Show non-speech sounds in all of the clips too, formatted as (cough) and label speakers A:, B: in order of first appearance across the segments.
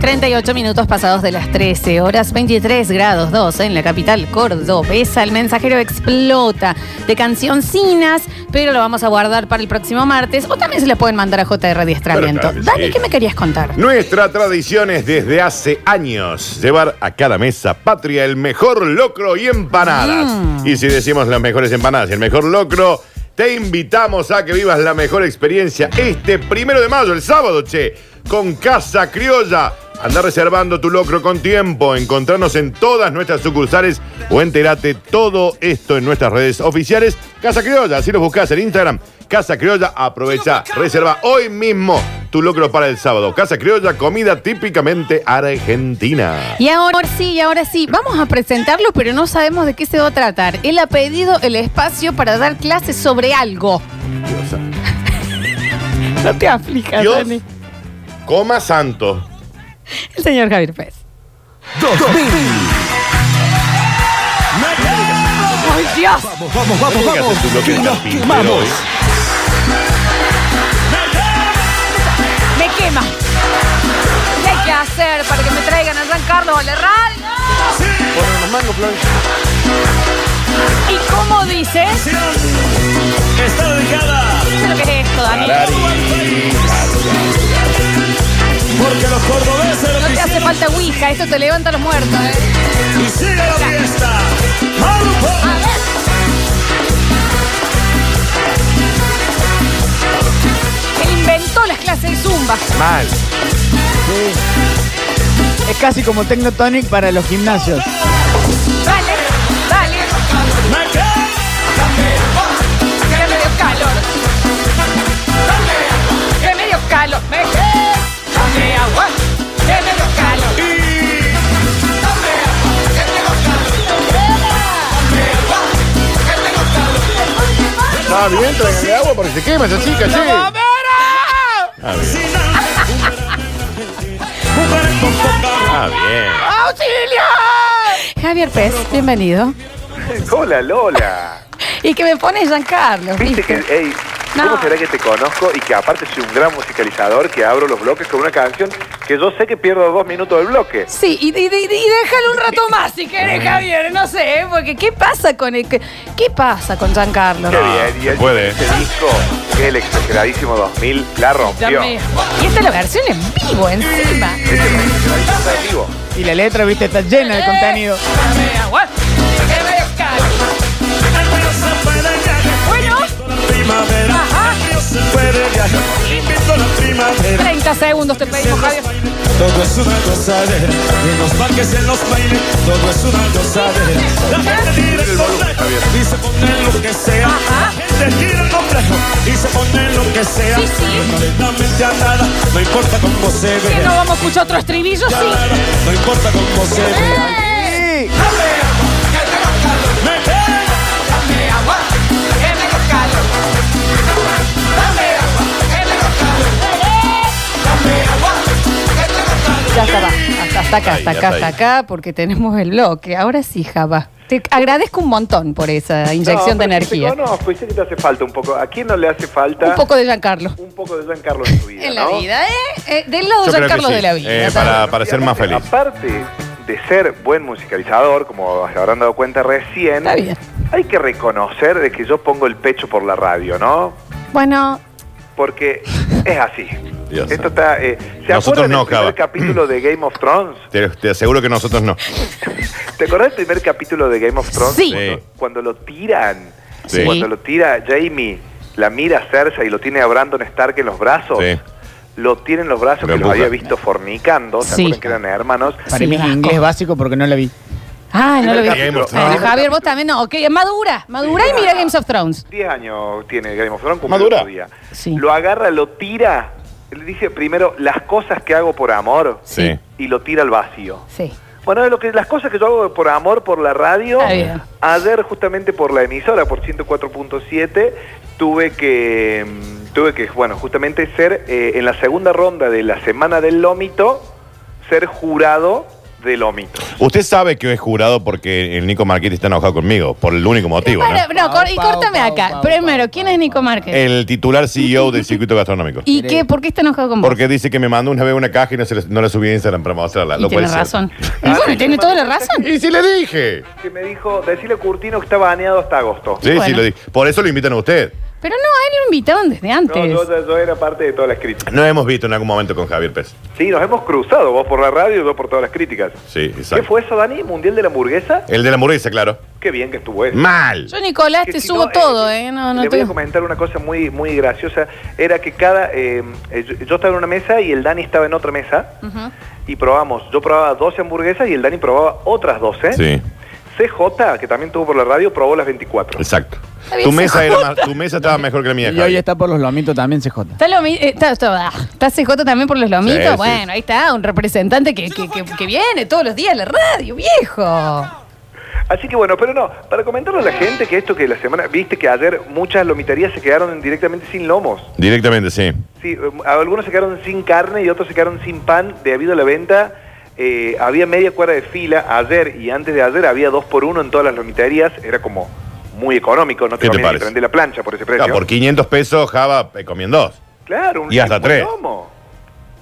A: 38 minutos pasados de las 13 horas, 23 grados 2 en la capital cordobesa. El mensajero explota de cancioncinas, pero lo vamos a guardar para el próximo martes. O también se las pueden mandar a JR Adiestramiento.
B: Pero claro que
A: Dani,
B: sí.
A: ¿qué me querías contar?
B: Nuestra tradición es desde hace años llevar a cada mesa patria el mejor locro y empanadas. Y si decimos las mejores empanadas y el mejor locro, te invitamos a que vivas la mejor experiencia este primero de mayo, el sábado, che, con Casa Criolla. Anda reservando tu locro con tiempo, encontrarnos en todas nuestras sucursales o entérate todo esto en nuestras redes oficiales. Casa Criolla, si los buscas en Instagram, Casa Criolla, aprovecha, reserva hoy mismo tu locro para el sábado. Casa Criolla, comida típicamente argentina.
A: Y ahora sí, y ahora sí, vamos a presentarlo, pero no sabemos de qué se va a tratar. Él ha pedido el espacio para dar clases sobre algo.
B: Diosa.
A: No te aflijas,
B: Dios,
A: Dani.
B: coma santo.
A: El señor Javier Pérez. ¡Ay, Dios!
C: Vamos, vamos, vamos,
B: ¿Cómo que haces tu
C: vamos.
B: locro
C: Que
B: de
C: nos
B: carpintero
C: quemamos.
B: hoy?
A: ¡Me quema! ¿Qué hay que hacer para que me traigan a San Carlos a la radio?
B: Ponen los mangos, Flor.
A: ¿Y cómo dices?
C: Está dedicada.
A: ¿Qué lo que es esto, Dani?
B: Tarari.
C: Porque los
A: No
C: cordobeses lo
A: te hace
C: quisieron.
A: falta Ouija, esto te levanta los muertos, ¿eh?
C: Y sigue la fiesta.
A: A
C: ¡Vamos! pues.
A: ver. Él inventó las clases de zumba.
B: Mal.
D: Es casi como Tecnotonic para los gimnasios.
A: Dale, dale.
C: ¡Me quemo!
A: Que me dio calor. Que me dio calor. Me Dame agua. Que me dio calor.
B: Está bien, tráiganle agua porque se quema esa chica, che. Ah, bien.
C: Sin nada.
A: (laughs)
C: Mujeres con poca.
B: Ah, bien.
A: Javier Pez, bienvenido.
E: Hola Lola,
A: Y que me pone Giancarlo.
E: viste que, eh, ey, ¿cómo
A: No.
E: será que te conozco y que aparte soy un gran musicalizador que abro los bloques con una canción que yo sé que pierdo dos minutos del bloque?
A: Sí, y, y- y- y déjalo un rato más si
E: (laughs)
A: querés, Javier. No sé, ¿eh? porque ¿qué pasa con el, que- qué pasa con Giancarlo?
E: Qué
B: No,
E: bien, y
B: Ah, se
E: el-
B: puede.
E: ese disco, que el exageradísimo 2000, la
A: Ya
E: rompió.
A: me- Y esta es la versión en vivo encima.
E: Ese es el exageradísimo está en vivo.
D: Y la letra, viste, está llena
A: Eh,
D: de contenido.
A: Dame agua, que me dio calor.
C: Hermosa para allá.
A: Bueno,
C: La primavera.
A: Ajá.
C: No se puede viajar. Invito a la primavera.
A: 30 segundos te pedimos, Javier.
C: Todo es una gozadera, en los parques, en los bailes, todo es una gozadera. La gente tira el complejo y se pone lo que sea.
A: Ajá.
C: La gente tira el complejo y se pone lo que sea.
A: Sí, sí.
C: Completamente atada, no importa cómo se
A: Que
C: ve.
A: no vamos a escuchar otro estribillo, sí. Eh.
C: Atada, No importa cómo se ve. Me quedo.
A: Ya está, va. Hasta, hasta acá,
B: Ahí,
A: hasta
B: hasta
A: acá, hasta
B: ahí.
A: acá, porque tenemos el bloque. Ahora sí, Java. Te agradezco un montón por esa inyección de
E: No, pero
A: energía.
E: Te conozco y sé que te hace falta un poco. ¿A quién no le hace falta
A: Un poco de Giancarlo.
E: un poco de Giancarlo en su vida?
A: En la
E: ¿no?
A: vida, ¿eh? Eh, del lado
B: Yo creo que
A: Giancarlo
B: sí.
A: de la vida.
B: Eh,
A: ¿sabes?
B: para, para ser más feliz.
E: Aparte de ser buen musicalizador, como se habrán dado cuenta recién,
A: Está bien.
E: hay que reconocer de que yo pongo el pecho por la radio, ¿no?
A: Bueno,
E: Porque es así.
B: Dios
E: Esto
B: santo.
E: está. eh, ¿Se
B: Nosotros
E: acuerdan
B: no,
E: del primer
B: Java.
E: capítulo de Game of Thrones?
B: Te, te aseguro que nosotros no.
E: ¿Te acuerdas del primer capítulo de Game of Thrones?
A: Sí.
B: Sí.
E: Cuando lo tiran,
B: Sí.
E: cuando lo tira Jamie, la mira a Cersei y lo tiene a Brandon Stark en los brazos.
B: Sí.
E: Lo tiene en los
B: Lo
E: brazos, que lo
B: empuja.
E: había visto fornicando, ¿se
A: Sí.
E: acuerdan que eran hermanos?
D: Para
A: Sí,
D: mí es
A: asco.
D: inglés básico porque no la vi.
A: Ah, no lo vi.
E: Primer
B: Game of
A: Ah,
B: Thrones.
A: Javier, vos también no. Ok, madura, madura y mira Games of Thrones.
E: 10 años tiene Game of Thrones, como
B: Madura.
E: el otro día.
A: Sí.
E: Lo agarra, lo tira, le dice primero las cosas que hago por amor
B: Sí.
E: y lo tira al vacío.
A: Sí.
E: Bueno, lo que, las cosas que yo hago por amor por la radio,
A: Está bien.
E: ayer justamente por la emisora, por 104.7, tuve que, mm, tuve que, bueno, justamente ser eh, en la segunda ronda de la Semana del Lómito, ser jurado de Lomitos.
B: Usted sabe que es jurado porque el Nico Marchetti está enojado conmigo, por el único motivo, ¿no?
A: Para- no,
D: Pau,
A: cor- y
D: pau,
A: córtame
D: pau,
A: acá.
D: pau,
A: Primero,
D: pau,
A: ¿quién
D: pau,
A: es Nico
D: pau.
A: Márquez?
B: El titular CEO del circuito gastronómico.
A: ¿Y qué? ¿Por qué está enojado con vos?
B: Porque dice que me mandó una vez una caja y no, se la- no la subí a Instagram para mostrarla.
A: y
B: lo
A: tiene
B: cual es cierto. (laughs)
A: razón. Y bueno, tiene toda la
E: (laughs)
A: razón.
B: Y si le dije.
E: Que me dijo, decirle a Curtino que está baneado hasta agosto.
B: Sí,
A: Bueno.
B: sí, lo dije. Por eso lo invitan a usted.
A: Pero no, a él lo invitaban desde antes.
E: No, yo, yo- yo era parte de todas las críticas.
B: No hemos visto en algún momento con Javier Pérez.
E: Sí, nos hemos cruzado, vos por la radio, yo por todas las críticas.
B: Sí, exacto. Eh.
E: ¿Qué fue eso, Dani? ¿Mundial de la hamburguesa?
B: El de la hamburguesa, claro.
E: Qué bien que estuvo eso.
B: Mal.
A: Yo, Nicolás,
E: Que
A: te
E: si
A: subo
E: no, eh,
A: todo, ¿eh? No, no
E: le voy
A: te...
E: a comentar una cosa muy, muy graciosa. Era que cada. eh, eh, yo, yo estaba en una mesa y el Dani estaba en otra mesa.
A: Ujú.
E: Y probamos. Yo probaba 12 hamburguesas y el Dani probaba otras 12.
B: Sí,
E: CJ, que también estuvo por la radio, probó las 24.
B: exacto.
A: Está bien,
B: Tu
A: se
B: mesa, era
A: junta.
B: más- tu mesa estaba mejor que la mía.
D: Y hoy
B: Javier.
D: está por los lomitos también, CJ.
A: Está, lomi- eh, está, está- ah, está CJ también por los lomitos.
B: Sí, sí.
A: bueno, ahí está, un representante que, que, que- que viene todos los días a la radio, viejo.
E: Así que bueno, pero no, para comentarle a la gente que esto que la semana, viste que ayer muchas lomiterías se quedaron directamente sin lomos.
B: Directamente, sí.
E: Sí, eh, algunos se quedaron sin carne y otros se quedaron sin pan debido a la venta. eh, había media cuadra de fila ayer y antes de ayer había dos por uno en todas las lomiterías. Era como muy económico, no
B: ¿Qué
E: te
B: te
E: conviene
B: parece?
E: prender la plancha por ese precio.
B: Claro, por 500 pesos, Java eh, comían dos.
E: Claro, un
B: Y hasta
E: tipo
B: tres.
E: lomo.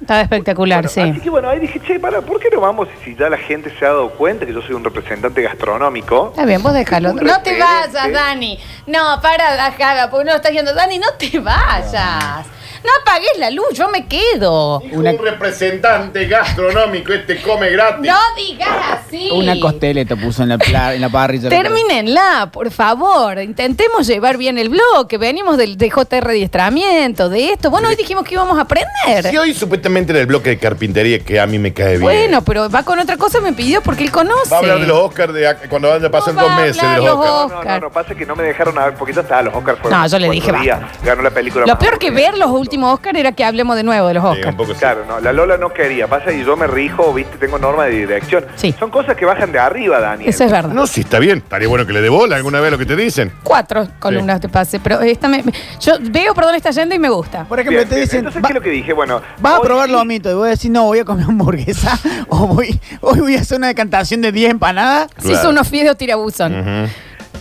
A: Estaba espectacular,
E: Bueno, Así
A: sí.
E: que bueno, ahí dije, che, para, ¿por qué no vamos? Y si ya la gente se ha dado cuenta que yo soy un representante gastronómico.
A: Está bien, vos déjalo.
E: Un ¿eh?
A: No te
E: referente.
A: vayas, Dani. No, para, Jaga, porque no lo estás yendo. Dani, no te vayas. No apagues la luz, yo me quedo.
D: Una- un
B: representante gastronómico, este come gratis.
A: No digas así.
D: Una costeleta puso en la, pla- en la parrilla.
A: Termínenla, por favor. Intentemos llevar bien el bloque. Venimos del de JR Diestramiento, de esto. Bueno, hoy dijimos que íbamos a aprender.
B: Si hoy supuestamente era el bloque de carpintería que a mí me cae bien.
A: Bueno, pero va con otra cosa, me pidió porque él conoce.
B: Va a hablar de los Oscars de, ac- cuando vaya, pasan
A: No va
B: dos
A: a
B: meses de
A: hablar los
B: los Oscars.
E: No, no, no, no, pasa que no me dejaron a ver, porque ya está, los Oscars fueron.
A: No, yo le dije,
E: cuatro días, Ganó la película.
A: Lo
E: más
A: peor que
E: aburrida.
A: ver los últimos Oscar era que hablemos de nuevo de los
B: Sí,
A: Oscar.
B: un poco Pues sí.
E: Claro, no, la Lola no quería, pasa y yo me rijo, viste, tengo norma de dirección.
A: Sí.
E: Son cosas que bajan de arriba, Dani.
A: Eso es verdad.
B: No, sí, está bien. Estaría bueno que le dé bola alguna vez lo que te dicen.
A: Cuatro columnas te pasé, pero esta me, me- yo veo por dónde está yendo y me gusta.
D: Por ejemplo,
E: Bien,
D: te
E: bien.
D: dicen.
E: Entonces,
D: va-
E: ¿qué es lo que dije? Bueno,
D: Vas a
E: hoy-
D: probar los mitos y voy a decir, no, voy a comer hamburguesa (laughs) o voy, hoy voy a hacer una decantación de 10 empanadas.
A: Se hizo
B: Claro.
A: unos fideos tirabuzón.
B: Ujú.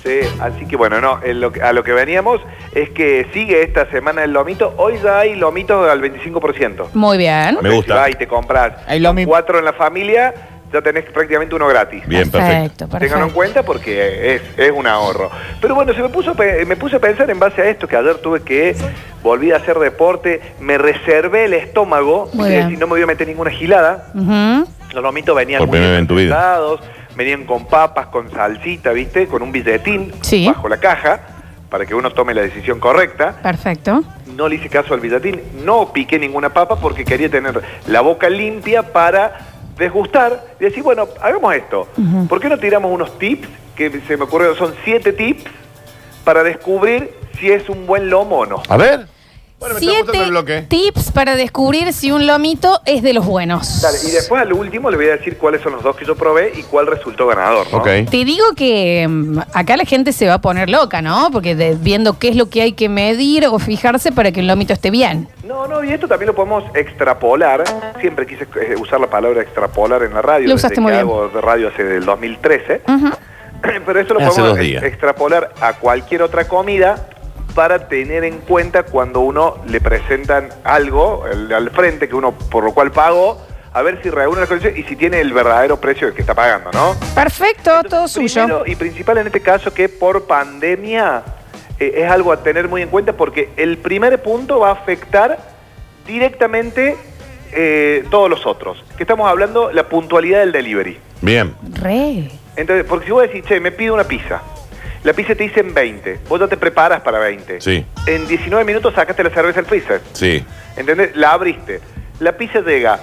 E: Sí, así que bueno, no, en lo que- a lo que veníamos es que sigue esta semana el lomito. Hoy ya hay lomitos al 25%.
A: Muy bien.
B: Me
E: Si
B: gusta.
E: vas y te compras
D: Hay lomi-
E: cuatro en la familia, ya tenés prácticamente uno gratis.
B: Bien, perfecto.
A: perfecto.
E: Ténganlo en cuenta porque es, es un ahorro. Pero bueno, se me puso pe- me puse a pensar en base a esto, que ayer tuve que volví a hacer deporte, me reservé el estómago,
A: Muy
E: es
A: bien.
E: decir, no me voy a meter ninguna gilada.
A: Ujú.
E: Los lomitos venían
B: Por
E: muy
B: primera vez en tu vida.
E: presentados, venían con papas, con salsita, ¿viste? Con un billetín
A: Sí.
E: bajo la caja para que uno tome la decisión correcta.
A: Perfecto.
E: No le hice caso al billetín, no piqué ninguna papa porque quería tener la boca limpia para desgustar y decir, bueno, hagamos esto. ¿Por qué no tiramos unos tips? Que se me ocurrieron, son siete tips para descubrir si es un buen lomo o no.
B: A ver. Bueno, me está gustando
A: Siete
B: el bloque.
A: tips para descubrir si un lomito es de los buenos.
E: Dale, y después al último le voy a decir cuáles son los dos que yo probé y cuál resultó ganador. ¿no?
B: Ok.
A: Te digo que mm, acá la gente se va a poner loca, ¿no? Porque de- viendo qué es lo que hay que medir o fijarse para que el lomito esté bien.
E: No, no, y esto también lo podemos extrapolar. Siempre quise eh, usar la palabra extrapolar en la radio.
A: Lo usaste
E: desde
A: muy
E: que
A: bien.
E: hago de radio hace del 2013.
A: Ujú.
E: (clears throat) Pero esto lo
B: Hace
E: podemos
B: dos días.
E: ex- extrapolar a cualquier otra comida para tener en cuenta cuando uno le presentan algo el- al frente que uno por lo cual pagó, a ver si reúne las condiciones y si tiene el verdadero precio del que está pagando, ¿no?
A: Perfecto, todo
E: Entonces,
A: suyo.
E: primero y principal en este caso que por pandemia eh, es algo a tener muy en cuenta porque el primer punto va a afectar directamente eh, todos los otros. Que estamos hablando la puntualidad del delivery.
B: Bien.
A: Re.
E: Entonces, porque si vos decís, che, me pido una pizza. La pizza te dicen 20. Vos ya te preparas para 20.
B: Sí.
E: En 19 minutos sacaste la cerveza al freezer.
B: Sí.
E: ¿Entendés? La abriste. La pizza llega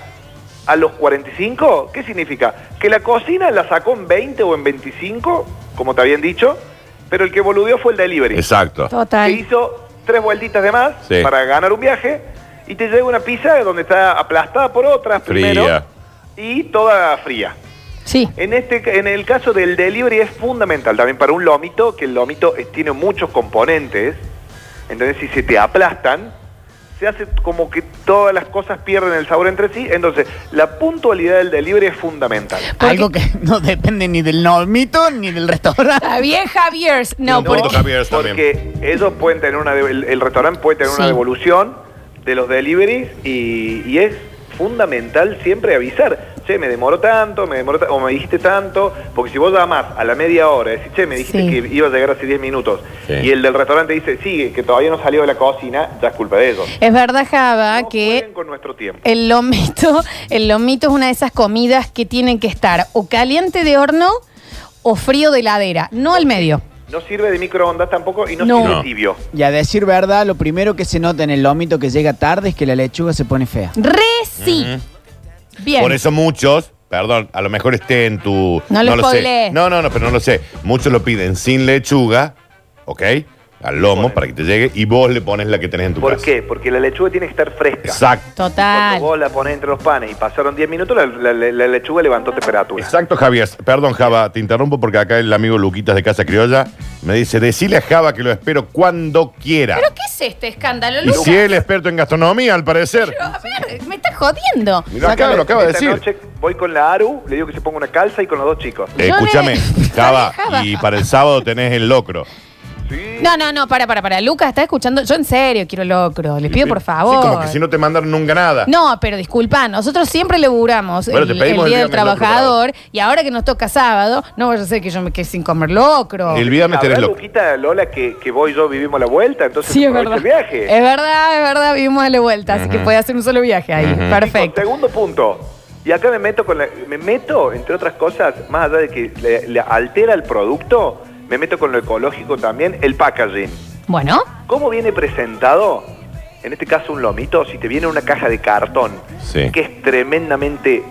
E: a los 45. ¿Qué significa? Que la cocina la sacó en 20 o en 25, como te habían dicho, pero el que boludeó fue el delivery.
B: Exacto.
E: Que
A: Total.
E: hizo tres vueltitas de más
B: Sí.
E: para ganar un viaje y te llega una pizza donde está aplastada por otras
B: Fría.
E: primero y toda fría.
A: Sí.
E: En, este, en el caso del delivery es fundamental también para un lomito, que el lomito eh, tiene muchos componentes. Entonces, si se te aplastan, se se hace como que todas las cosas pierden el sabor entre sí. Entonces, la puntualidad del delivery es fundamental.
A: Porque-
D: Algo que (laughs) no depende ni del normito ni del restaurante.
A: Está bien, Javier. No,
B: No,
A: porque.
B: no, Javier también.
E: Porque ellos pueden tener una, de- el, el restaurante puede tener
A: Sí.
E: una devolución de los deliveries y, y es fundamental siempre avisar. Che, me demoró tanto, me demoró ta- o me dijiste tanto, porque si vos llamás a la media hora, decís, che, me dijiste
A: Sí.
E: que iba a llegar hace 10 minutos,
B: Sí.
E: y el del restaurante dice, sigue, que todavía no salió de la cocina, ya es culpa de ellos.
A: Es verdad, Java,
E: No
A: Ah, que
E: jueguen con nuestro tiempo.
A: el lomito, (laughs) el lomito es una de esas comidas que tienen que estar o caliente de horno o frío de heladera, no al medio.
E: No sirve de microondas tampoco y no,
A: No.
E: sirve
B: No.
E: tibio.
D: Y a decir verdad, lo primero que se nota en el lomito que llega tarde es que la lechuga se pone fea.
A: Re sí. Bien.
B: Por eso muchos, perdón, a lo mejor esté en tu.
A: No lo
B: sé.
A: spoilees.
B: No, no, no, pero no lo sé. Muchos lo piden sin lechuga, ¿ok? Al lomo para que te llegue y vos le pones la que tenés en tu
E: ¿Por
B: casa.
E: qué? Porque la lechuga tiene que estar fresca.
B: Exacto.
A: Total.
E: Cuando vos la ponés entre los panes y pasaron 10 minutos, la, la- la- la lechuga levantó temperatura.
B: Exacto, Javier. Perdón, Java, te interrumpo porque acá el amigo Luquitas de Casa Criolla me dice: decile a Java que lo espero cuando quiera.
A: ¿Pero qué es este escándalo,
B: Y
A: Lucas?
B: si él es experto en gastronomía, al parecer.
A: Pero, a ver, me estás jodiendo.
B: Mirá, acá me lo acaba de
E: Esta
B: decir.
E: noche voy con la Aru, le digo que se ponga una calza y con los dos chicos.
B: Eh,
A: Yo le-
B: escúchame, Java,
A: Java.
B: y para el sábado tenés el locro.
E: Sí.
A: No, no, no, para, para, para. Lucas está escuchando. Yo en serio quiero locro. Les pido por
B: Sí,
A: favor.
B: como que si no te mandaron nunca nada.
A: No, pero disculpa, nosotros siempre leburamos
B: Bueno,
A: el,
B: te pedimos
A: el Día
B: el
A: del
B: viernes locro,
A: Trabajador y ahora que nos toca sábado, no vaya a ser que yo me quede sin comer locro.
B: El viernes tenés
E: ¿Sabrá,
B: locro.
E: Luquita, Lola, que, que vos y yo vivimos la vuelta? Entonces
A: Sí, es
E: aprovecha
A: verdad.
E: el viaje.
A: Es verdad, es verdad, vivimos de la vuelta, así que puede hacer un solo viaje ahí.
E: Chicos,
A: Perfecto.
E: Segundo punto. Y acá me meto con la- me meto, entre otras cosas, más allá de que le, le altera el producto, me meto con lo ecológico también, el packaging.
A: Bueno,
E: ¿Cómo viene presentado? En este caso un lomito, si te viene una caja de cartón,
B: Sí.
E: que es tremendamente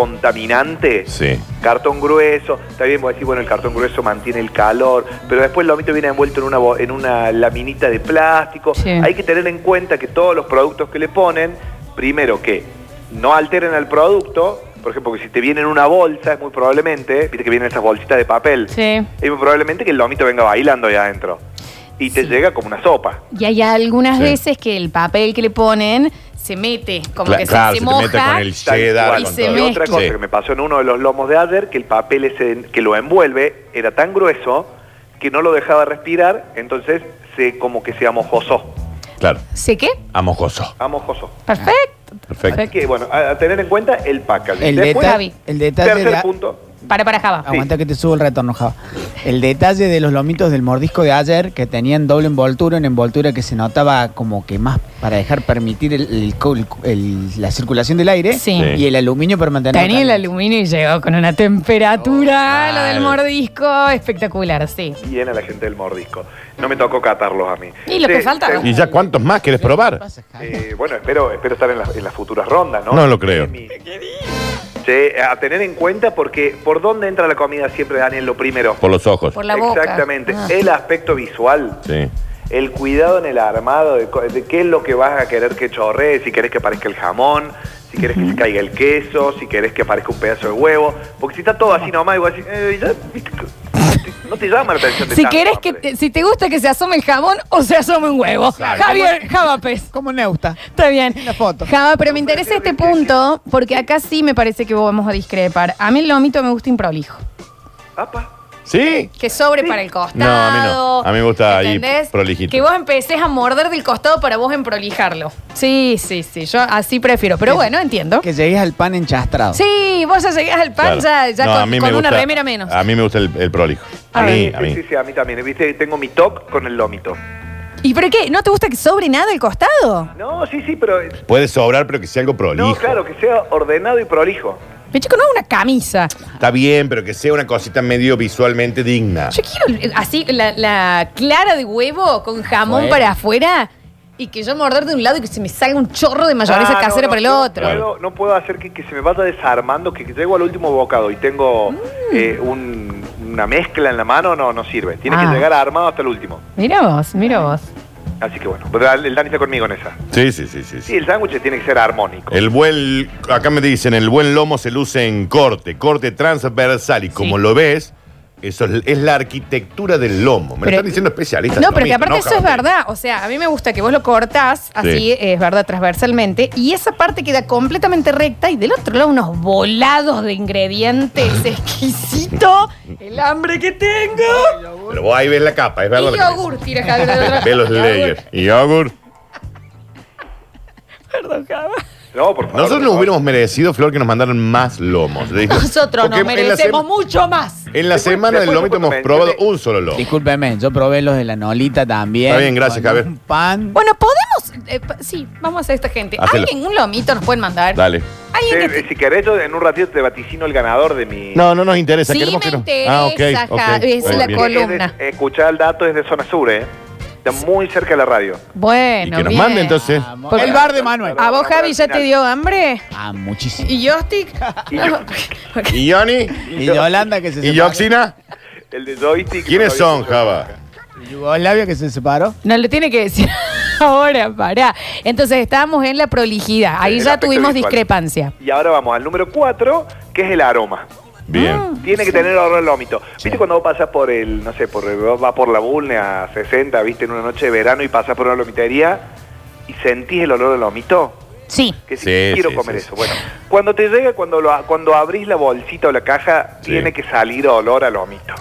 E: contaminante.
B: Sí.
E: Cartón grueso, está bien, vos decís, bueno, el cartón grueso mantiene el calor, pero después el lomito viene envuelto en una, bo- en una laminita de plástico.
A: Sí.
E: Hay que tener en cuenta que todos los productos que le ponen, primero que no alteren al producto, por ejemplo, que si te viene en una bolsa, es muy probablemente, viste que vienen esas bolsitas de papel,
A: Sí.
E: es muy probablemente que el lomito venga bailando ahí adentro. Y te
A: Sí.
E: llega como una sopa.
A: y hay algunas
B: Sí.
A: veces que el papel que le ponen se mete, como
B: Cla-
A: que se-
B: claro,
A: se,
B: te
A: moja.
B: mete con el
E: Tal
B: cheddar,
E: cual.
B: con
A: se
B: todo.
E: Y otra
A: mezcla.
E: cosa
B: Sí.
E: que me pasó en uno de los lomos de ayer, que el papel ese que lo envuelve era tan grueso que no lo dejaba respirar, entonces se como que se amojosó.
B: Claro,
A: ¿Se qué?
B: amojoso.
E: Amojosó.
A: Perfecto.
E: Así
B: Perfecto.
E: que, bueno, a, a tener en cuenta el packaging.
D: El,
E: Después,
D: deta-
A: Javi.
D: el detalle
E: tercer
D: de...
E: punto.
A: Para, para, Java.
D: Aguanta que te subo el retorno, Java. El detalle de los lomitos del mordisco de ayer, que tenían doble envoltura, una envoltura que se notaba como que más para dejar permitir el- el co- el- el- la circulación del aire
A: Sí.
B: Sí.
D: y el aluminio para mantener.
A: Tenía el aluminio y llegó con una temperatura,
B: Oh,
A: lo del
B: mal.
A: mordisco, espectacular, sí.
E: Bien a la gente del mordisco. No me tocó catarlos a mí.
A: Y lo que
E: Sí,
A: faltaba.
B: ¿Y ya cuántos más quieres probar?
E: Eh, bueno, espero, espero estar en, las- en las futuras rondas, ¿no?
B: No lo creo.
E: Mi- Che, a tener en cuenta porque por dónde entra la comida siempre, Daniel, lo primero.
B: Por los ojos.
A: Por la boca.
E: Exactamente.
A: Ah.
E: El aspecto visual.
B: Sí.
E: El cuidado en el armado de, co- de qué es lo que vas a querer que chorree, si querés que aparezca el jamón, si querés que se caiga el queso, si querés que aparezca un pedazo de huevo. Porque si está todo así nomás, igual así, eh, ya, viste, no te llama la atención. de
A: Si
E: tanto,
A: querés que,
E: hombre.
A: te- si te gusta que se asome el jamón o se asome un huevo. Javier, Javapes.
D: Como Neusta.
A: Está bien.
D: La foto.
A: Java, pero me interesa este punto porque acá sí me parece que vamos a discrepar. A mí el lomito me gusta improlijo.
E: Apa.
B: ¿Sí?
A: Que sobre para el costado.
B: No, a mí no. A mí me gusta ahí prolijito.
A: Que vos empeces a morder del costado para vos emprolijarlo. Sí, sí, sí. Yo así prefiero. Pero bueno, entiendo.
D: Que llegues al pan enchastrado.
A: Sí, vos ya llegás al pan
B: Claro.
A: ya, ya
B: No, a
A: con,
B: mí me
A: con una
B: gusta-
A: remera menos.
B: A mí me gusta el, el prolijo.
A: A
B: A mí,
A: ver.
B: a mí.
E: Sí, sí, sí, a mí también. Viste, tengo mi toc con el lómito.
A: ¿Y por qué? ¿No te gusta que sobre nada el costado?
E: No, sí, sí, pero...
B: Puede sobrar, pero que sea algo prolijo.
E: No, claro, que sea ordenado y prolijo.
A: Me chico, no es una camisa.
B: Está bien, pero que sea una cosita medio visualmente digna.
A: Yo quiero eh, así la, la clara de huevo con jamón
D: Bueno.
A: para afuera y que yo morder de un lado y que se me salga un chorro de mayonesa
E: Ah, no,
A: casera
E: no,
A: para el
E: no
A: otro.
E: Puedo, no puedo hacer que, que se me vaya desarmando, que, que llego al último bocado y tengo
A: Mm.
E: eh, un- una mezcla en la mano, no, no sirve. Tiene
A: Ah.
E: que llegar armado hasta el último.
A: Mira vos, mira vos.
E: Así que bueno, pero el Dani está conmigo en esa.
B: Sí, sí, sí, sí. sí.
E: Sí, el sándwich tiene que ser armónico.
B: El buen, acá me dicen, el buen lomo se luce en corte, corte transversal y como
A: Sí.
B: lo ves, Eso es, es la arquitectura del lomo. Me
A: Pero-
B: lo están diciendo especialistas.
A: No,
B: en
A: pero que
B: lomito,
A: aparte eso
B: no,
A: es
B: cabrón.
A: verdad. O sea, a mí me gusta que vos lo cortás así,
B: Sí.
A: eh, es verdad, transversalmente. Y esa parte queda completamente recta y del otro lado unos volados de ingredientes
B: (laughs)
A: exquisito. El hambre que tengo.
B: Pero vos ahí ves la capa, es verdad.
A: Y
B: lo que me
A: yogur, tira Javi, del otro
B: dicen.
A: lado.
B: Ve
A: (laughs)
B: los layers. Y yogur.
A: Perdón, Javi.
E: No, por
B: Nosotros
E: favor. por
B: nos
E: favor.
B: hubiéramos merecido, Flor, que nos mandaran más lomos. Le digo,
A: Nosotros
B: porque
A: nos
B: en la
A: merecemos
B: sema-
A: mucho más.
B: En la
E: Después-
B: semana del
E: después
B: lomito hemos
E: supuestamente-
B: probado un solo lomo.
D: Discúlpeme, yo probé los de la Nolita también.
B: Está bien, gracias,
D: Con
B: Javier.
D: Un pan.
A: Bueno, podemos. eh, pa- sí, vamos a hacer esta gente.
B: Hacelo.
A: ¿Alguien un lomito nos pueden mandar?
B: Dale.
A: ¿Alguien que
E: Eh, eh, si querés, yo en un ratito te vaticino el ganador de mi.
B: No, no nos interesa.
A: Sí,
B: queremos
A: me
B: que no. Ah,
A: interesa,
B: ok,
A: Javi, es
B: bueno,
A: la
B: bien.
A: col-
E: Es de-
A: columna.
E: escuchá el dato, es de zona sur, ¿eh? Está muy cerca de la radio.
B: Y
A: Bueno,
B: que nos
A: bien.
B: mande entonces.
D: Vamos.
A: Porque-
D: el bar de Manuel.
A: ¿A vos, Javi, ya te dio hambre?
D: Ah, muchísimo.
A: ¿Y (laughs) Yostic?
E: Y yo-
B: ¿Y Johnny?
D: Y Yolanda que se
B: ¿Y
D: separó.
B: Yoxina?
E: El de joystick.
B: ¿Quiénes
E: no lo había
B: son,
E: escuchado
B: Java?
E: nunca.
D: Y Yugoslavia que se separó.
A: No lo tiene que decir (laughs) ahora, pará. Entonces estábamos en la prolijidad. Ahí
E: El
A: ya
E: aspecto
A: tuvimos
E: visual.
A: discrepancia.
E: Y ahora vamos al número 4, que es el aroma.
A: Ah.
B: Bien.
E: Tiene que tener olor el lómito. ¿Viste cuando vos pasas por el, no sé, por el- vos vas por la Bulne a 60, viste, en una noche de verano y pasas por una lomitería y sentís el olor al lomito?
A: Sí.
E: Que si
B: Sí,
E: quiero
B: sí,
E: comer
B: sí,
E: eso.
B: sí.
E: Bueno, cuando te llega, cuando lo, cuando abrís la bolsita o la caja,
B: Sí.
E: tiene que salir olor al lomito.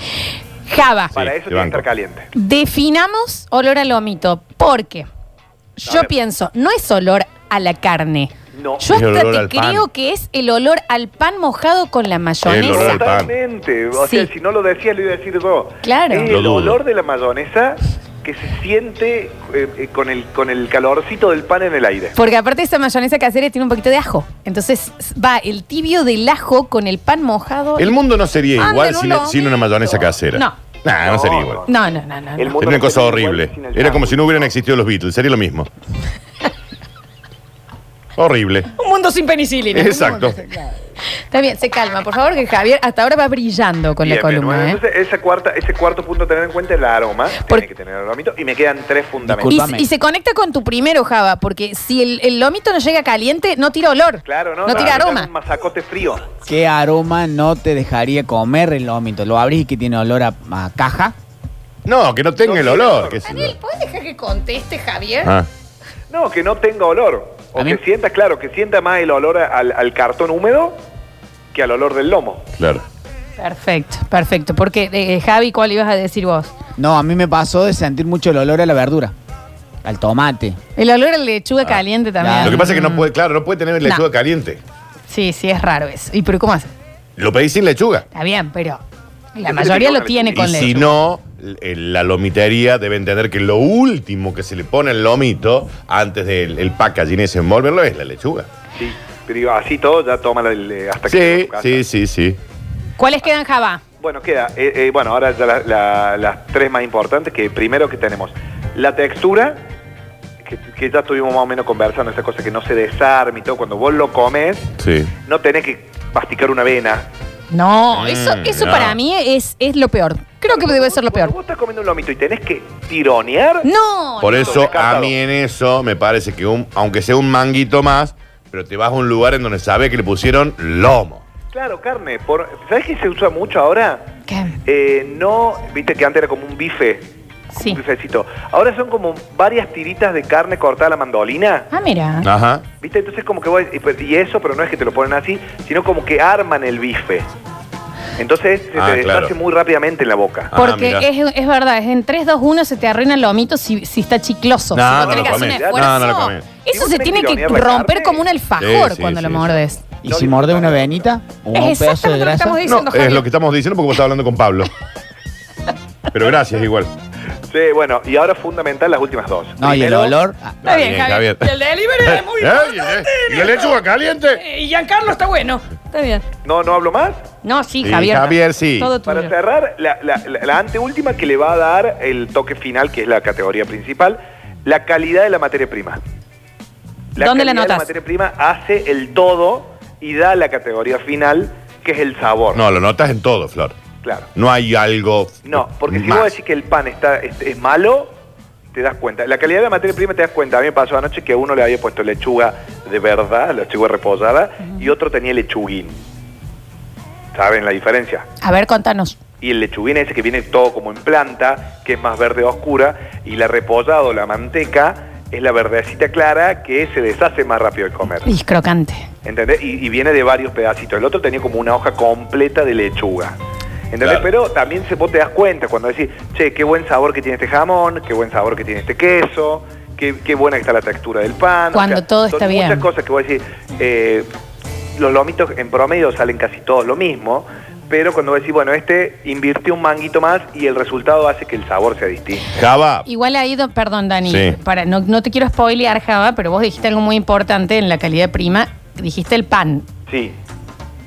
A: Java,
E: Para
B: te
E: eso tiene que
B: banco.
E: estar caliente.
A: definamos olor a lomito. Porque yo
E: ver.
A: pienso, no es olor a la carne.
E: No.
A: Yo
B: Es
A: hasta
B: olor
A: te
B: al pan.
A: creo que es el olor al pan mojado con la
B: El olor al
A: mayonesa.
B: pan.
E: Totalmente. O
A: Sí.
E: sea, si no lo decías, lo iba a decir yo.
A: Claro.
E: Es
B: Lo
E: el
B: dudo.
E: olor de la mayonesa que se siente eh, eh, con, el, con el calorcito del pan en el aire.
A: Porque aparte esa mayonesa casera tiene un poquito de ajo. Entonces va el tibio del ajo con el pan mojado.
B: El mundo no sería
A: Anden
B: igual
A: un
B: sin,
A: lomito.
B: sin una mayonesa casera.
A: No.
B: Nah, no,
E: No,
B: sería igual.
A: No, no, no, no.
E: El
A: no.
E: mundo
B: Era una
E: no
B: cosa
E: sería igual
B: horrible.
E: sin el
B: Era como
E: sándwich.
B: si no hubieran existido los Beatles. Sería lo mismo. horrible.
A: Un mundo sin penicilina.
B: Exacto.
A: Está bien, se calma, por favor, que Javier hasta ahora va brillando con la
E: Bien, bien, bueno,
A: columna. ¿eh?
E: Entonces, esa cuarta, ese cuarto punto a tener en cuenta es el aroma.
A: Porque-
E: Tiene que tener el aromito. Y me quedan tres
A: Y,
E: fundamentos.
D: Disculpame.
A: y se conecta con tu primero, Java, porque si el, el lomito no llega caliente, no tira olor.
E: Claro, ¿no?
A: No tira
E: Claro,
A: aroma.
E: Un masacote frío.
D: ¿Qué aroma no te dejaría comer el lomito? Lo abrís y que tiene olor a, a caja.
B: No, que no tenga el olor. qué sé yo.
A: ¿puedes dejar que conteste, Javier?
B: Ah,
E: No, que no tenga olor. O
D: A mí-
E: que sienta, claro, que sienta más el olor a- al, al cartón húmedo que al olor del lomo.
B: claro.
A: Perfecto, perfecto. Porque, eh, Javi, ¿cuál ibas a decir vos?
D: No, a mí me pasó de sentir mucho el olor a la verdura, al tomate.
A: El olor a lechuga caliente también.
D: claro.
B: Lo que pasa es que no
A: Mm.
B: puede, claro, no puede tener lechuga
A: No.
B: caliente.
A: Sí, sí, es raro eso. ¿Y pero cómo hace?
B: Lo pedí sin lechuga.
A: Está bien, pero la
E: que
A: mayoría
E: tiene
A: lo
E: que
A: tiene
B: Y
A: con
B: si
A: lechuga.
B: no, l- la lomitería debe entender que lo último que se le pone al lomito antes del el packaging ese envolverlo es la lechuga.
E: Sí. Pero digo, así todo, ya toma el, eh, hasta que.
B: Sí,
E: llegue a tu casa.
B: sí, sí, sí.
A: ¿Cuáles quedan, Java?
E: Bueno, queda. eh, eh, bueno, ahora ya la- la- las tres más importantes, que primero que tenemos. La textura, que, que ya estuvimos más o menos conversando, esa cosa que no se desarme y todo. Cuando vos lo comes,
B: Sí.
E: no tenés que masticar una avena.
A: No,
B: Mm,
A: eso, eso
B: no.
A: para mí es, es lo peor. Creo que debe ser lo
E: Cuando
A: peor.
E: vos estás comiendo un lomito y tenés que tironear,
A: No,
B: Por
A: no.
B: eso, a
E: descartado.
B: mí en eso me parece que un, aunque sea un manguito más, pero te vas a un lugar en donde sabe que le pusieron lomo.
E: claro, carne. Por, ¿Sabés qué se usa mucho ahora?
A: ¿Qué?
E: Eh, no, viste que antes era como un bife. como
A: Sí.
E: Un bifecito. Ahora son como varias tiritas de carne cortada a la mandolina.
A: Ah, mira.
B: Ajá.
E: ¿Viste? Entonces como que vos, y pues- y eso, pero no es que te lo ponen así, sino como que arman el bife. Entonces se
B: Ah,
E: te deshace
B: claro.
E: muy rápidamente en la boca.
B: Ah,
A: Porque
B: mira.
A: es, es verdad, es en 3, 2, 1 se te arruina el lomito si, si está chicloso.
B: No,
A: Si vos
B: no
A: tenés
E: lo
A: que hacer
E: comés.
A: un esfuerzo.
B: No, no lo comés.
E: Si
A: Eso
E: vos
A: se
E: tenés
A: tiene
E: que
A: que
E: tironear la
A: romper
E: carne-
A: como un alfajor
B: Sí, sí,
A: cuando lo
B: sí,
A: mordes.
D: Y
E: No
D: si
E: le-
D: morde una venita o un
A: Es
D: pedazo de
A: exactamente lo que
D: grasa.
A: estamos diciendo,
B: No, es
A: Javier.
B: lo que estamos diciendo porque vos estás hablando con Pablo. Pero gracias, igual.
E: Sí, bueno, y ahora fundamental las últimas dos.
D: No, y el
E: Primero,
D: olor. ah,
A: Está bien,
B: Está
A: Javier.
B: bien, Javier.
A: Y el delivery es muy
B: Eh,
A: importante.
B: eh, ¿Y la lechuga caliente?
A: Eh, Y Giancarlo está bueno. Está bien.
E: No, no hablo más.
A: No, sí,
B: Sí,
A: Javier.
B: Javier, sí.
A: Todo tuyo.
E: Para cerrar, la, la- la- la anteúltima que le va a dar el toque final, que es la categoría principal, la calidad de la materia prima.
A: ¿Dónde la
E: calidad de
A: notas?
E: La materia prima hace el todo y da la categoría final, que es el sabor.
B: No, lo notas en todo, Flor.
E: Claro.
B: No hay algo.
E: No, porque si
B: más.
E: vos decís que el pan está, es, es malo, te das cuenta. La calidad de la materia prima te das cuenta. A mí me pasó anoche que a uno le había puesto lechuga de verdad, lechuga reposada, y otro tenía lechuguín. ¿Saben la diferencia?
A: A ver, contanos.
E: Y y el lechuguín ese que viene todo como en planta, que es más verde oscura, y la repollada o la manteca es la verdecita clara que se deshace más rápido al comer.
A: Y es crocante.
E: ¿Entendés? Y, y viene de varios pedacitos. El otro tenía como una hoja completa de lechuga. ¿Entendés?
B: Claro.
E: Pero también se, vos te das cuenta cuando decís, che, qué buen sabor que tiene este jamón, qué buen sabor que tiene este queso, qué, qué buena que está la textura del pan.
A: Cuando todo
E: son
A: está bien.
E: Muchas cosas que vos decís, eh, los lomitos en promedio salen casi todos lo mismo, pero cuando vos decís, bueno, este invirtió un manguito más y el resultado hace que el sabor sea distinto.
B: Java.
A: Igual ahí, do- perdón, Dani,
B: Sí.
A: para, no, no te quiero spoilear, Java, pero vos dijiste algo muy importante en la calidad prima. Dijiste el pan.
E: Sí.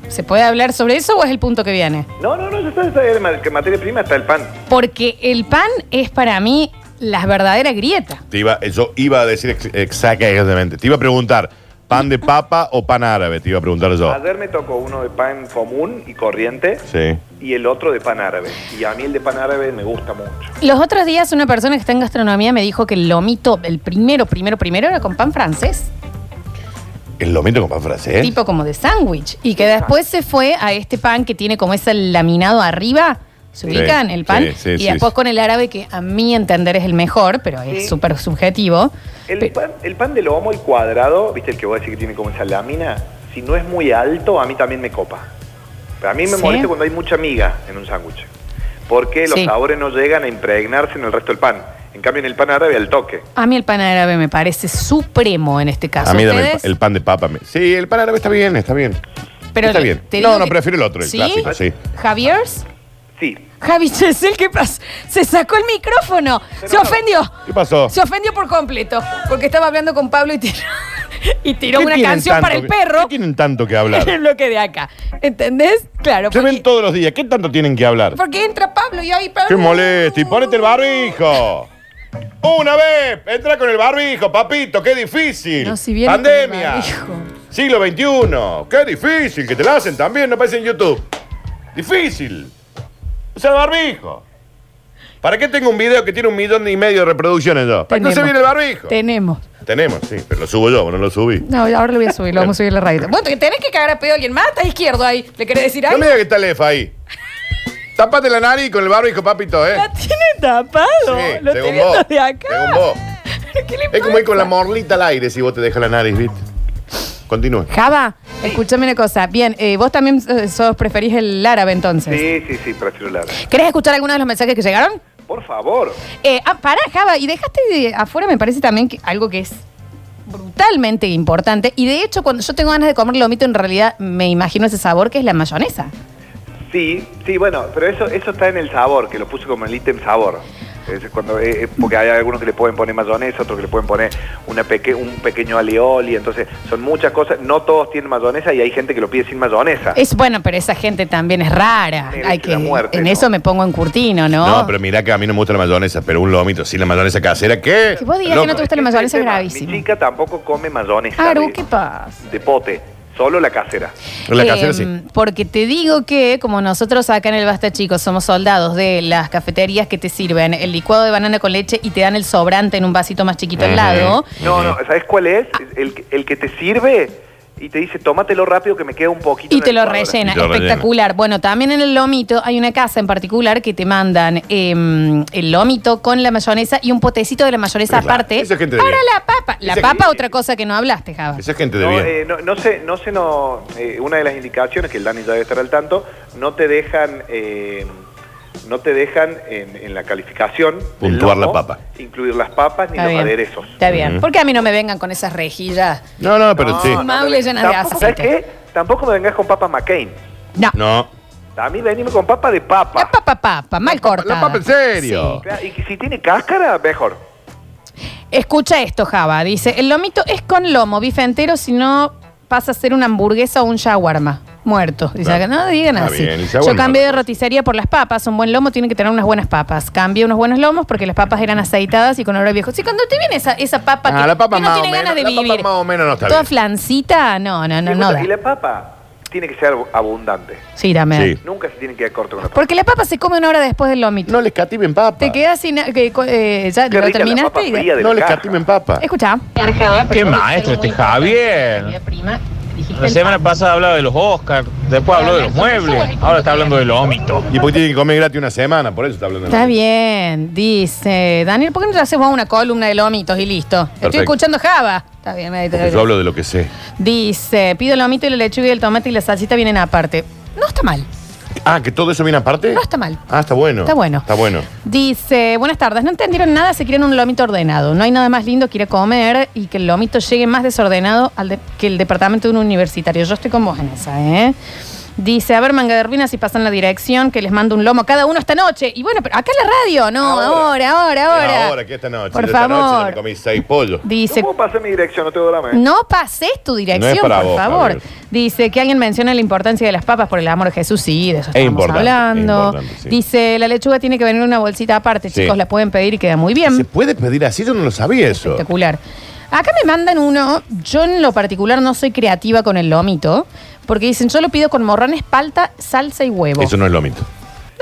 A: ¿Se puede hablar sobre eso o es el punto que viene?
E: No, no, no, ya está, ya está, que materia prima está el pan.
A: Porque el pan es para mí la verdadera grieta.
B: Te iba, yo iba a decir ex- exactamente. Te iba a preguntar, ¿pan de papa o pan árabe? Te iba a preguntar yo.
E: Ayer me tocó uno de pan común y corriente.
B: Sí.
E: y el otro de pan árabe. Y a mí el de pan árabe me gusta mucho.
A: Los otros días una persona que está en gastronomía me dijo que el lomito, el primero, primero, primero era con pan francés,
B: El lomito con pan francés.
A: tipo como de sándwich, y que después se fue a este pan que tiene como ese laminado arriba, se
B: Sí,
A: ubican el pan,
B: sí, sí,
A: y
B: sí,
A: después
B: sí.
A: con el árabe que a mi entender es el mejor, pero es
E: Sí.
A: súper subjetivo.
E: El,
A: Pe-
E: pan, el pan de lomo, el cuadrado, ¿viste el que vos decís que tiene como esa lámina? Si no es muy alto, a mí también me copa. Pero a mí me
A: Sí.
E: molesta cuando hay mucha miga en un sándwich. Porque los
A: Sí.
E: sabores no llegan a impregnarse en el resto del pan. En cambio, en el pan árabe, al toque.
A: a mí el pan árabe me parece supremo en este caso.
B: A mí dame el,
A: ¿Ustedes?
B: el pan de papa. me- Sí, el pan árabe está bien, está bien.
A: Pero
B: está
A: le-
B: bien.
A: te
B: No,
A: digo
B: no,
A: que-
B: prefiero el otro, el
A: ¿Sí?
B: clásico, sí.
A: ¿Javiers?
E: Sí.
A: Javi Chesel, ¿qué pasa? Se sacó el micrófono. Se ofendió.
B: ¿Qué pasó?
A: Se ofendió por completo. Porque estaba hablando con Pablo y tiró, (laughs) y tiró
B: ¿Qué
A: una
B: tienen
A: canción
B: tanto
A: para el
B: que-
A: perro
B: ¿Qué tienen tanto que
A: en el (laughs)
B: hablar?
A: bloque de acá. ¿Entendés? Claro.
B: Se ven
A: Porque,
B: todos los días. ¿Qué tanto tienen que hablar?
A: porque entra Pablo y ahí Pablo.
B: ¡Qué molesto! Y ponete el barbijo. Una vez, entra con el barbijo, papito, qué difícil.
A: No, si viene con el
B: Pandemia.
A: barbijo.
B: Siglo XXI, qué difícil, que te la hacen también, no parece en YouTube. Difícil. Usa el barbijo. ¿Para qué tengo un video que tiene un millón y medio de reproducciones yo? ¿Para qué no se viene el barbijo?
A: Tenemos.
B: Tenemos, sí, pero lo subo yo, vos no lo subí.
A: No, ahora lo voy a subir, lo vamos a subir a la radio. Bueno, que tenés que cagar a pedo a alguien más, está izquierdo ahí. ¿Le querés decir
B: No me
A: algo?
B: digas que está Lefa ahí. Tápate la nariz con el barbijo, papito, ¿eh?
A: La tiene tapado.
B: Sí,
A: lo
B: según
A: tiene
B: vos,
A: de acá.
B: según vos.
A: (laughs) ¿Qué le
B: Es como ir con
A: pasa?
B: la morlita al aire si vos te dejas la nariz, ¿viste? Continúa.
A: Java, escúchame una cosa. Bien, eh, vos también eh, sos, preferís el árabe entonces.
E: Sí, sí, sí, prefiero el árabe.
A: ¿Querés escuchar alguno de los mensajes que llegaron?
E: Por favor.
A: Eh, ah, pará, Java, y dejaste de- afuera, me parece también que algo que es brutalmente importante. Y de hecho, cuando yo tengo ganas de comer lomito, en realidad me imagino ese sabor que es la mayonesa.
E: Sí, sí, bueno, pero eso eso está en el sabor, que lo puse como el ítem sabor. Es cuando, eh, eh, porque hay algunos que le pueden poner mayonesa, otros que le pueden poner una peque- un pequeño alioli, entonces son muchas cosas. No todos tienen mayonesa y hay gente que lo pide sin mayonesa.
A: Es bueno, pero esa gente también es rara.
E: Merece
A: Hay que,
E: Ah. la muerte,
A: en
E: ¿no?
A: eso me pongo en curtino, ¿no?
B: No, pero mirá que a mí no me gusta la mayonesa, pero un lomito sin la mayonesa casera, ¿qué?
A: Que vos digas que no te gusta la
E: Ese
A: mayonesa es
E: tema,
A: gravísimo.
E: Mi chica tampoco come mayonesa
A: Aru,
E: de,
A: ¿qué pasa?
E: de pote, solo la casera.
B: La
A: Eh,
B: casera sí.
A: Porque te digo que, como nosotros acá en el Basta Chicos somos soldados de las cafeterías que te sirven el licuado de banana con leche y te dan el sobrante en un vasito más chiquito al
B: Ujú.
A: lado.
E: No, no, ¿sabes cuál es?
A: Ah.
E: El, que- el que te sirve y te dice, tómatelo rápido que me queda un poquito.
A: Y
E: en
A: te
E: la
A: lo
E: licuadora".
A: rellena,
B: Y te lo rellena.
A: espectacular. Bueno, también en el lomito hay una casa en particular que te mandan eh, el lomito con la mayonesa y un potecito de la mayonesa
B: Pero claro,
A: aparte
B: esa es gente de
A: para
B: bien.
A: la papa. La
B: Esa-
A: papa, otra cosa que no hablaste, Java.
B: Esa gente de
E: No,
B: bien.
E: eh, no, no sé, no sé, no. eh, una de las indicaciones que el Dani ya debe estar al tanto, no te dejan, eh, no te dejan en, en la calificación del
B: Puntuar
E: lomo,
B: la papa.
E: incluir las papas ni
A: Está
E: los
A: bien.
E: aderezos.
A: Está bien.
B: Ujú.
A: Porque a mí no me vengan con esas rejillas.
B: no, no, pero
E: No,
B: sí.
E: no,
A: Amable,
E: no,
A: llena de
E: tampoco- ¿sabes
A: aceite.
E: qué? Tampoco me vengas con papas McCain.
A: No.
B: No.
E: A mí venime con papa de papa.
A: La papa, papa, mal cortada.
B: La papa en serio.
E: Claro, Y si tiene cáscara, mejor.
A: Escucha esto, Java. Dice, el lomito es con lomo, bife entero, si no pasa a ser una hamburguesa o un shawarma. Muerto. Dice,
B: Claro.
A: no digan
B: Está
A: así.
B: bien, el shawarma
A: Yo cambié de
B: no pasa.
A: roticería por las papas. Un buen lomo tiene que tener unas buenas papas. Cambié unos buenos lomos porque las papas eran aceitadas y con olor a viejo. Sí, cuando te viene esa, esa papa
B: Ah,
A: que,
B: la papa
A: que no
B: más
A: tiene
B: o
A: ganas de
B: menos, la
A: vivir.
B: papa más o menos no está
A: Toda
B: bien.
A: flancita, no, no, no, no. da.
E: y la papa tiene que ser abundante.
A: Sí, dame.
B: Sí.
E: Nunca se tiene que quedar corto con la papa.
A: Porque la papa se come una hora después del lomito.
B: No les catimen papa.
A: Te quedas sin... que, eh, ya
E: Qué
A: lo
E: rica la papa
A: terminaste y...
E: fría de
B: No
E: la
B: les
E: caja.
B: catimen papa.
A: Escucha.
F: Qué maestro este Javier.
A: Prima,
F: La semana pasada hablaba de los Oscars, después habló de los muebles, ahora está hablando de los ómitos.
B: Y porque tiene que comer gratis una semana, por eso está hablando.
A: Está bien, dice Daniel, ¿por qué no te haces vos una columna de lomitos y listo? Estoy
B: Perfecto.
A: escuchando Java. Está bien, me
B: Porque yo hablo de lo que sé.
A: Dice, pido el lomito y la lechuga y el tomate y la salsita vienen aparte. No está mal.
B: Ah, que todo eso viene aparte.
A: No está mal.
B: Ah, está bueno.
A: Está bueno.
B: Está bueno.
A: Dice, buenas tardes, no entendieron nada, se quieren un lomito ordenado. No hay nada más lindo que ir a comer y que el lomito llegue más desordenado al de- que el departamento de un universitario. Yo estoy con vos en esa, ¿eh? Dice, a ver, manga de ruinas, si pasan la dirección, que les mando un lomo a cada uno esta noche. Y bueno, pero acá en la radio, no, ahora,
B: Ahora.
A: ahora, ahora.
B: Ahora, que esta noche.
A: Por
B: yo esta noche
A: favor.
B: me comí seis pollos.
A: Dice,
E: ¿Cómo pasa mi dirección? No te doy drama, ¿eh?
A: No pases tu dirección,
B: No es para
A: por
B: vos,
A: favor.
B: Javier.
A: Dice que alguien menciona la importancia de las papas por el amor de Jesús. Sí, de eso
B: Es
A: estamos
B: importante, es
A: hablando.
B: importante, sí.
A: Dice, la lechuga tiene que venir en una bolsita aparte,
B: Sí.
A: chicos, la pueden pedir y queda muy
B: ¿Se
A: bien.
B: puede pedir así? Yo no lo sabía eso.
A: Espectacular. Acá me mandan uno, yo en lo particular no soy creativa con el lomito, porque dicen, yo lo pido con morrones, palta, salsa y huevo.
B: Eso no es lomito.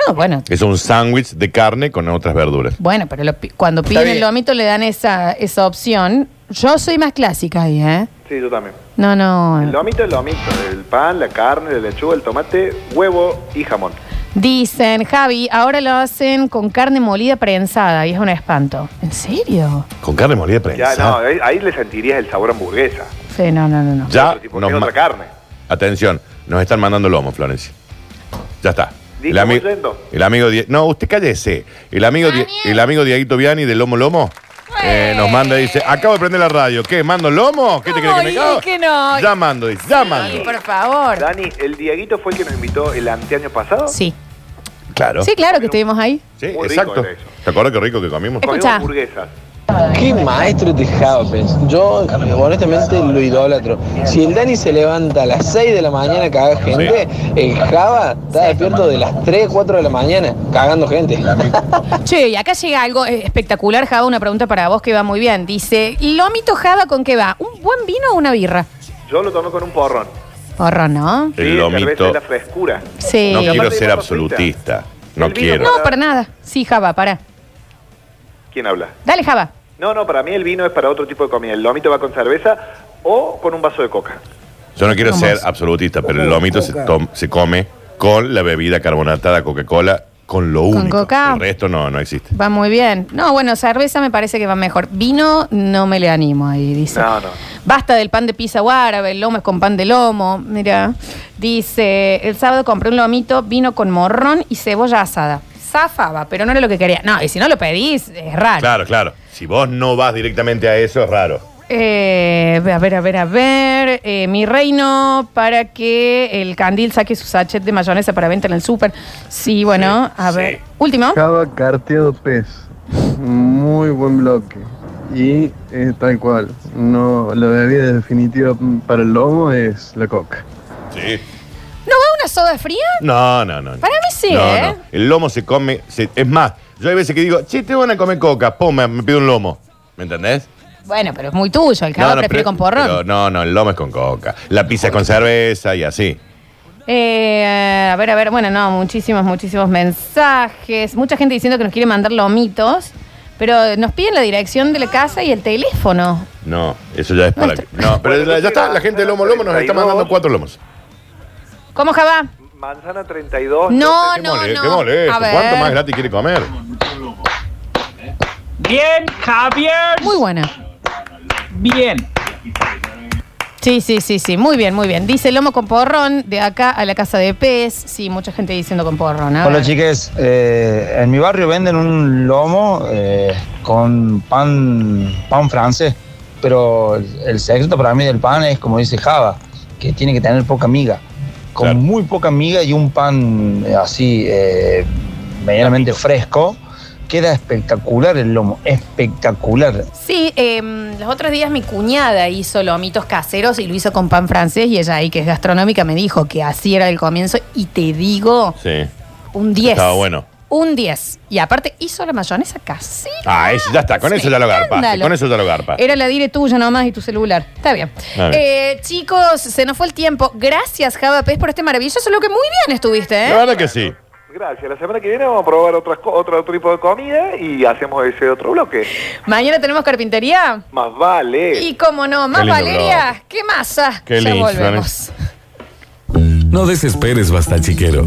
A: No, bueno,
B: Es un sándwich de carne con otras verduras.
A: bueno, pero lo pi- cuando piden el
B: bien.
A: lomito le dan esa, esa opción. Yo soy más clásica ahí, ¿eh?
E: Sí, yo también.
A: No,
B: Ah.
A: no.
E: El lomito es lomito. El pan, la carne, la lechuga, el tomate, huevo y jamón.
A: Dicen, Javi, ahora lo hacen con carne molida prensada y es un espanto. ¿En serio?
B: Con carne molida Ah. prensada.
E: Ya, no, ahí, ahí le sentirías el sabor a hamburguesa.
A: Sí, no, no, no, no.
B: Ya
E: Otro tipo,
B: nos
E: es
B: ma-
E: otra carne.
B: Atención, nos están mandando lomo, Florencia. Ya está.
E: Dijo,
B: ami-
E: voy yendo.
B: el amigo Die- No, usted cállese. El amigo, Die- el amigo Dieguito Viani de Lomo Lomo eh, nos manda y dice: Acabo de prender la radio. ¿Qué? ¿Mando lomo? ¿Qué te
A: ¿Cómo
B: crees que me
A: dije
B: cago?
A: que no?
B: Ya mando, dice. Ya
A: Sí,
B: mando.
A: por favor.
E: Dani, ¿el Dieguito fue el que nos invitó el anteaño pasado?
A: Sí.
B: Claro.
A: Sí, claro que estuvimos ahí.
B: Sí,
E: Muy rico
B: exacto.
E: era eso.
B: ¿Te acuerdas qué rico que comimos?
A: Escucha.
E: Comimos hamburguesas.
G: Qué maestro de Javapens. Yo honestamente lo idolatro. Si el Dani se levanta a las 6 de la mañana a cagar gente, el Java está despierto de las 3, 4 de la mañana cagando gente. (laughs)
A: Che, y acá llega algo eh, espectacular, Java, una pregunta para vos que va muy bien. Dice, ¿lomito Java con qué va? ¿Un buen vino o una birra?
E: Yo lo tomé con un porrón.
A: Porro, ¿no?
E: Sí,
B: El
E: cerveza
B: lomito.
E: de la frescura.
A: Sí.
B: No quiero
E: Aparte de
B: ser
E: papas
B: absolutista.
E: fritas.
B: No
E: El vino
B: quiero.
A: No, para nada. Sí, Java, para.
E: ¿Quién habla?
A: Dale, Java.
E: No, no, para mí el vino es para otro tipo de comida. El lomito va con cerveza o con un vaso de coca.
B: Yo no quiero
A: Vamos.
B: ser absolutista, pero el lomito se, tom- se come con la bebida carbonatada Coca-Cola, con lo
A: Con
B: único.
A: Coca.
B: El resto no, no existe.
A: Va muy bien. No, bueno, cerveza me parece que va mejor. Vino no me le animo ahí, dice.
E: No, no.
A: Basta del pan de pizza o árabe, el lomo es con pan de lomo. Mira, dice, el sábado compré un lomito, vino con morrón y cebolla asada. Zafaba, pero no era lo que quería. No, y si no lo pedís, es raro.
B: Claro, claro. Si vos no vas directamente a eso, es raro.
A: Eh, a ver, a ver, a ver. eh, mi reino para que el candil saque su sachet de mayonesa para venta en el súper. Sí, bueno, a
B: sí.
A: ver. Último.
H: Cava Carteado Pez. Muy buen bloque. Y eh, tal cual. No, la bebida definitiva para el lomo es la coca.
B: Sí.
A: ¿No va una soda fría?
B: No, no, no. no.
A: Para mí sí,
B: No,
A: ¿eh?
B: no. El lomo se come. se- es más, yo hay veces que digo, che, te van a comer coca, pum, me, me pido un lomo. ¿Me entendés?
A: Bueno, pero es muy tuyo. El
B: no,
A: cava
B: no,
A: prefiere
B: pero-
A: con porrón.
B: pero no, no, el lomo es con coca. La pizza es con cerveza y así.
A: Eh, a ver, a ver, bueno, no, muchísimos, muchísimos mensajes. Mucha gente diciendo que nos quiere mandar lomitos, pero nos piden la dirección de la casa y el teléfono.
B: No, eso ya es para. No, pero
E: Bueno,
B: ya, ya está, la gente de Lomo Lomo nos está mandando cuatro lomos.
A: ¿Cómo, Jabá?
E: Manzana 32.
A: No,
B: Qué
A: no,
B: mole-
A: no.
B: qué molesto.
A: A ver.
B: ¿Cuánto más gratis quiere comer?
F: Bien, Javier.
A: Muy buena.
F: bien.
A: Sí, sí, sí, sí, muy bien, muy bien. Dice lomo con porrón, de acá a la casa de pez. Sí, mucha gente diciendo con porrón. a
I: Hola
A: ver.
I: chiques, Eh, en mi barrio venden un lomo eh, con pan, pan francés, pero el, el secreto para mí del pan es como dice Java, que tiene que tener poca miga, con
B: Claro.
I: muy poca miga y un pan eh, así eh, medianamente fresco, queda espectacular el lomo, espectacular.
A: Sí, eh, los otros días mi cuñada hizo lomitos caseros y lo hizo con pan francés y ella ahí, que es gastronómica, me dijo que así era el comienzo y te digo...
B: Sí.
A: Un 10.
B: Estaba bueno.
A: Un 10. Y aparte hizo la mayonesa casi.
B: Ah, eso ya está, con eso ya lo garpaste.
A: Escándalo.
B: Con eso ya lo garpaste.
A: Era la dire tuya nomás y tu celular. Está bien.
B: Está bien.
A: Eh, chicos, se nos fue el tiempo. Gracias, Java Pez, por este maravilloso lo que muy bien estuviste,
B: La
A: ¿eh?
B: verdad que sí.
E: Gracias. La semana que viene vamos a probar otras co- otro tipo de comida y hacemos ese otro bloque.
A: Mañana tenemos carpintería.
E: Más vale.
A: Y cómo no, más
B: Qué lindo
A: Valeria,
B: blog.
A: qué masa.
B: Qué
A: ya
B: lindo,
A: volvemos.
C: No desesperes, basta chiquero.